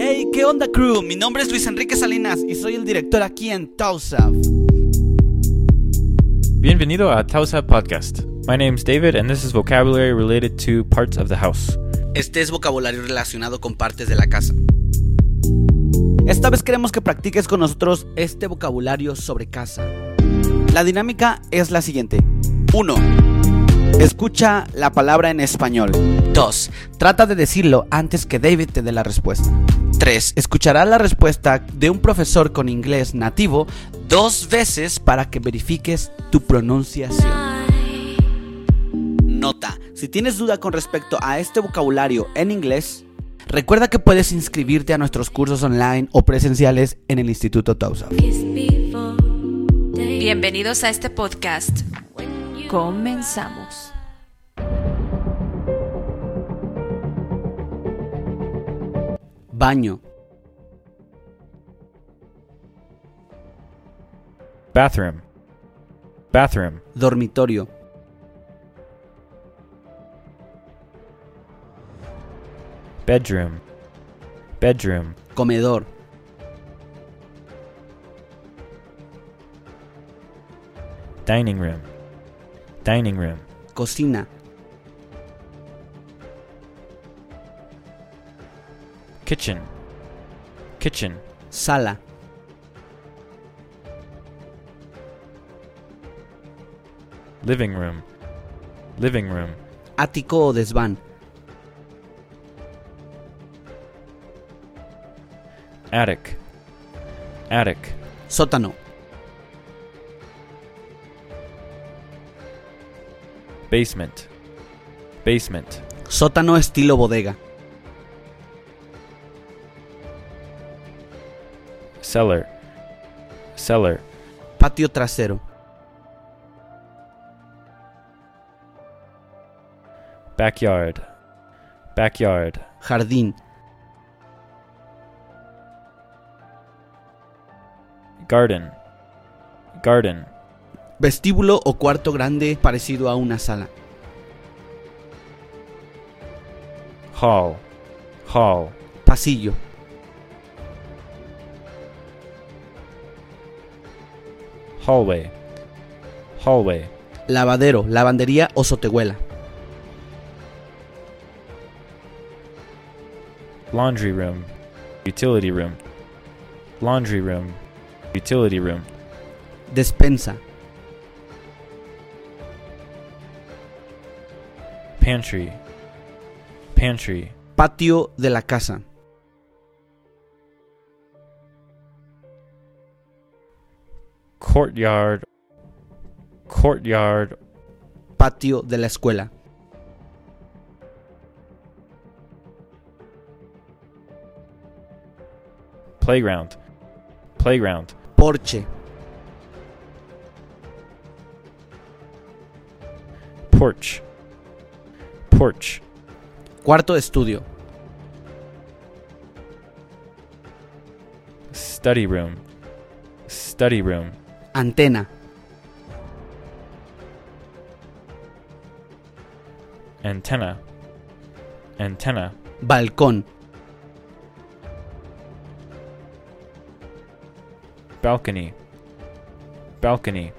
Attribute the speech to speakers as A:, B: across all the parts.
A: Hey, ¿qué onda crew? Mi nombre es Luis Enrique Salinas y soy el director aquí en Tausaf.
B: Bienvenido a Tausa Podcast. My name's David, and this is vocabulary related to parts of the house.
A: Este es vocabulario relacionado con partes de la casa. Esta vez queremos que practiques con nosotros este vocabulario sobre casa. La dinámica es la siguiente. 1. Escucha la palabra en español. 2. Trata de decirlo antes que David te dé la respuesta. 3. Escuchará la respuesta de un profesor con inglés nativo dos veces para que verifiques tu pronunciación. Nota, si tienes duda con respecto a este vocabulario en inglés, recuerda que puedes inscribirte a nuestros cursos online o presenciales en el Instituto Tausa.
C: Bienvenidos a este podcast. Comenzamos.
A: Baño,
B: Bathroom. Bathroom.
A: dormitorio,
B: Bedroom. Bedroom.
A: comedor,
B: Dining room. Dining room.
A: cocina,
B: Kitchen. Kitchen.
A: sala,
B: Living room. Living room.
A: ático o desván,
B: Attic. Attic.
A: sótano,
B: Basement. Basement.
A: sótano estilo bodega,
B: Cellar. Cellar.
A: patio trasero,
B: Backyard. Backyard.
A: jardín,
B: Garden. Garden.
A: vestíbulo o cuarto grande parecido a una sala,
B: Hall. Hall.
A: pasillo,
B: Hallway. Hallway.
A: lavadero, lavandería o sotehuela,
B: Laundry room. Utility room. Laundry room. Utility room.
A: despensa,
B: Pantry. Pantry.
A: patio de la casa,
B: Courtyard. Courtyard.
A: patio de la escuela,
B: Playground. Playground.
A: porche,
B: Porch. Porch.
A: cuarto de estudio,
B: Study room. Study room.
A: antena,
B: Antenna. Antenna.
A: balcón,
B: Balcony. Balcony.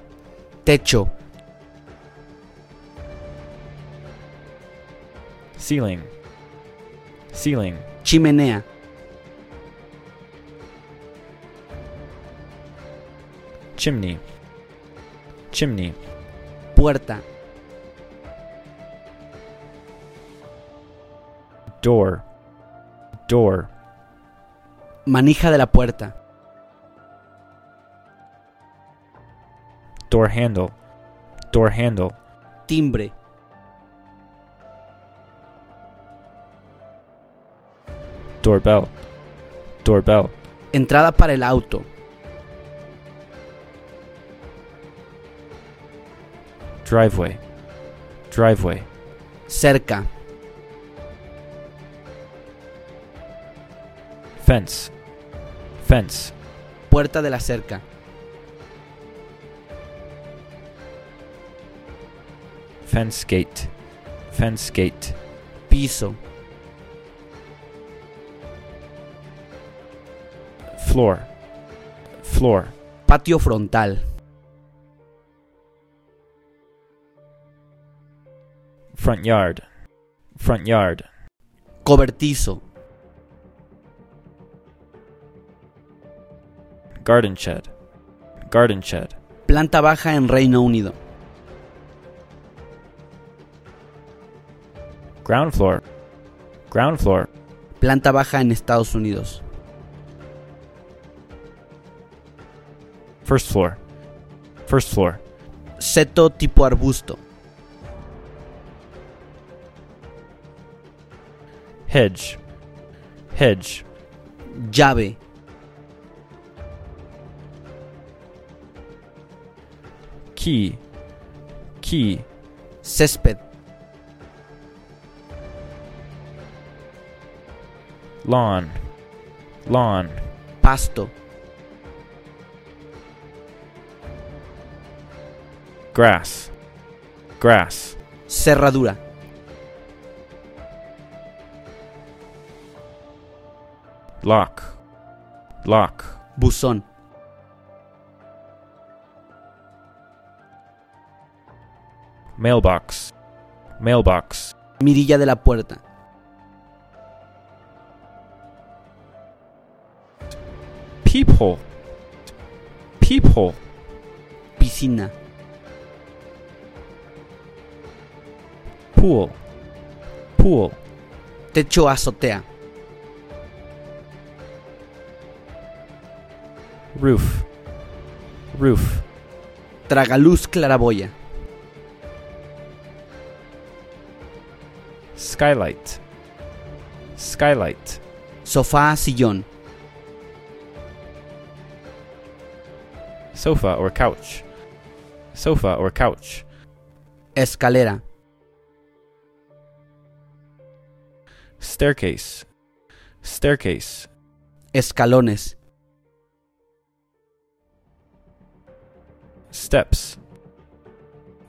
A: techo,
B: Ceiling. Ceiling.
A: chimenea,
B: Chimney. Chimney.
A: puerta,
B: Door. Door.
A: manija de la puerta,
B: Door handle. Door handle.
A: timbre,
B: Doorbell. Doorbell.
A: entrada para el auto,
B: Driveway. Driveway.
A: cerca,
B: Fence. Fence.
A: puerta de la cerca,
B: Fence gate. Fence gate.
A: piso,
B: Floor. Floor.
A: Patio frontal.
B: Front yard. Front yard.
A: Cobertizo.
B: Garden shed. Garden shed.
A: Planta baja en Reino Unido.
B: Ground floor. Ground floor.
A: Planta baja en Estados Unidos.
B: First floor. First floor.
A: Seto tipo arbusto.
B: Hedge. Hedge.
A: Llave.
B: Key. Key.
A: Césped.
B: Lawn. Lawn.
A: Pasto.
B: Grass. Grass.
A: Cerradura.
B: Lock. Lock.
A: Buzón.
B: Mailbox. Mailbox.
A: Mirilla de la puerta.
B: Peephole. Peephole.
A: Piscina.
B: Pool. Pool.
A: Techo azotea.
B: Roof. Roof.
A: Tragaluz claraboya.
B: Skylight. Skylight.
A: Sofá sillón.
B: Sofa or couch. Sofa or couch.
A: Escalera.
B: Staircase. Staircase.
A: Escalones.
B: Steps.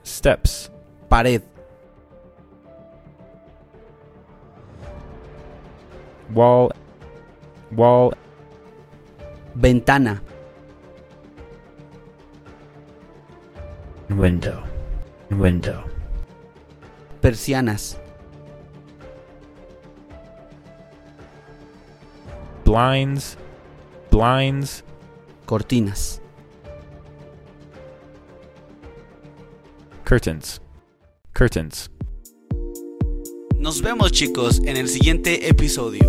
B: Steps.
A: Pared.
B: Wall. Wall.
A: Ventana.
B: Window. Window.
A: Persianas.
B: Blinds. Blinds.
A: Cortinas.
B: Curtains. Curtains.
A: Nos vemos chicos en el siguiente episodio.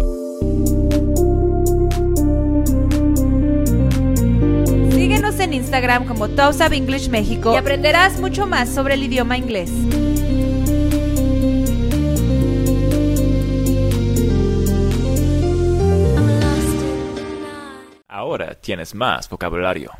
C: Síguenos en Instagram como Toasab English México y aprenderás mucho más sobre el idioma inglés.
B: Ahora tienes más vocabulario.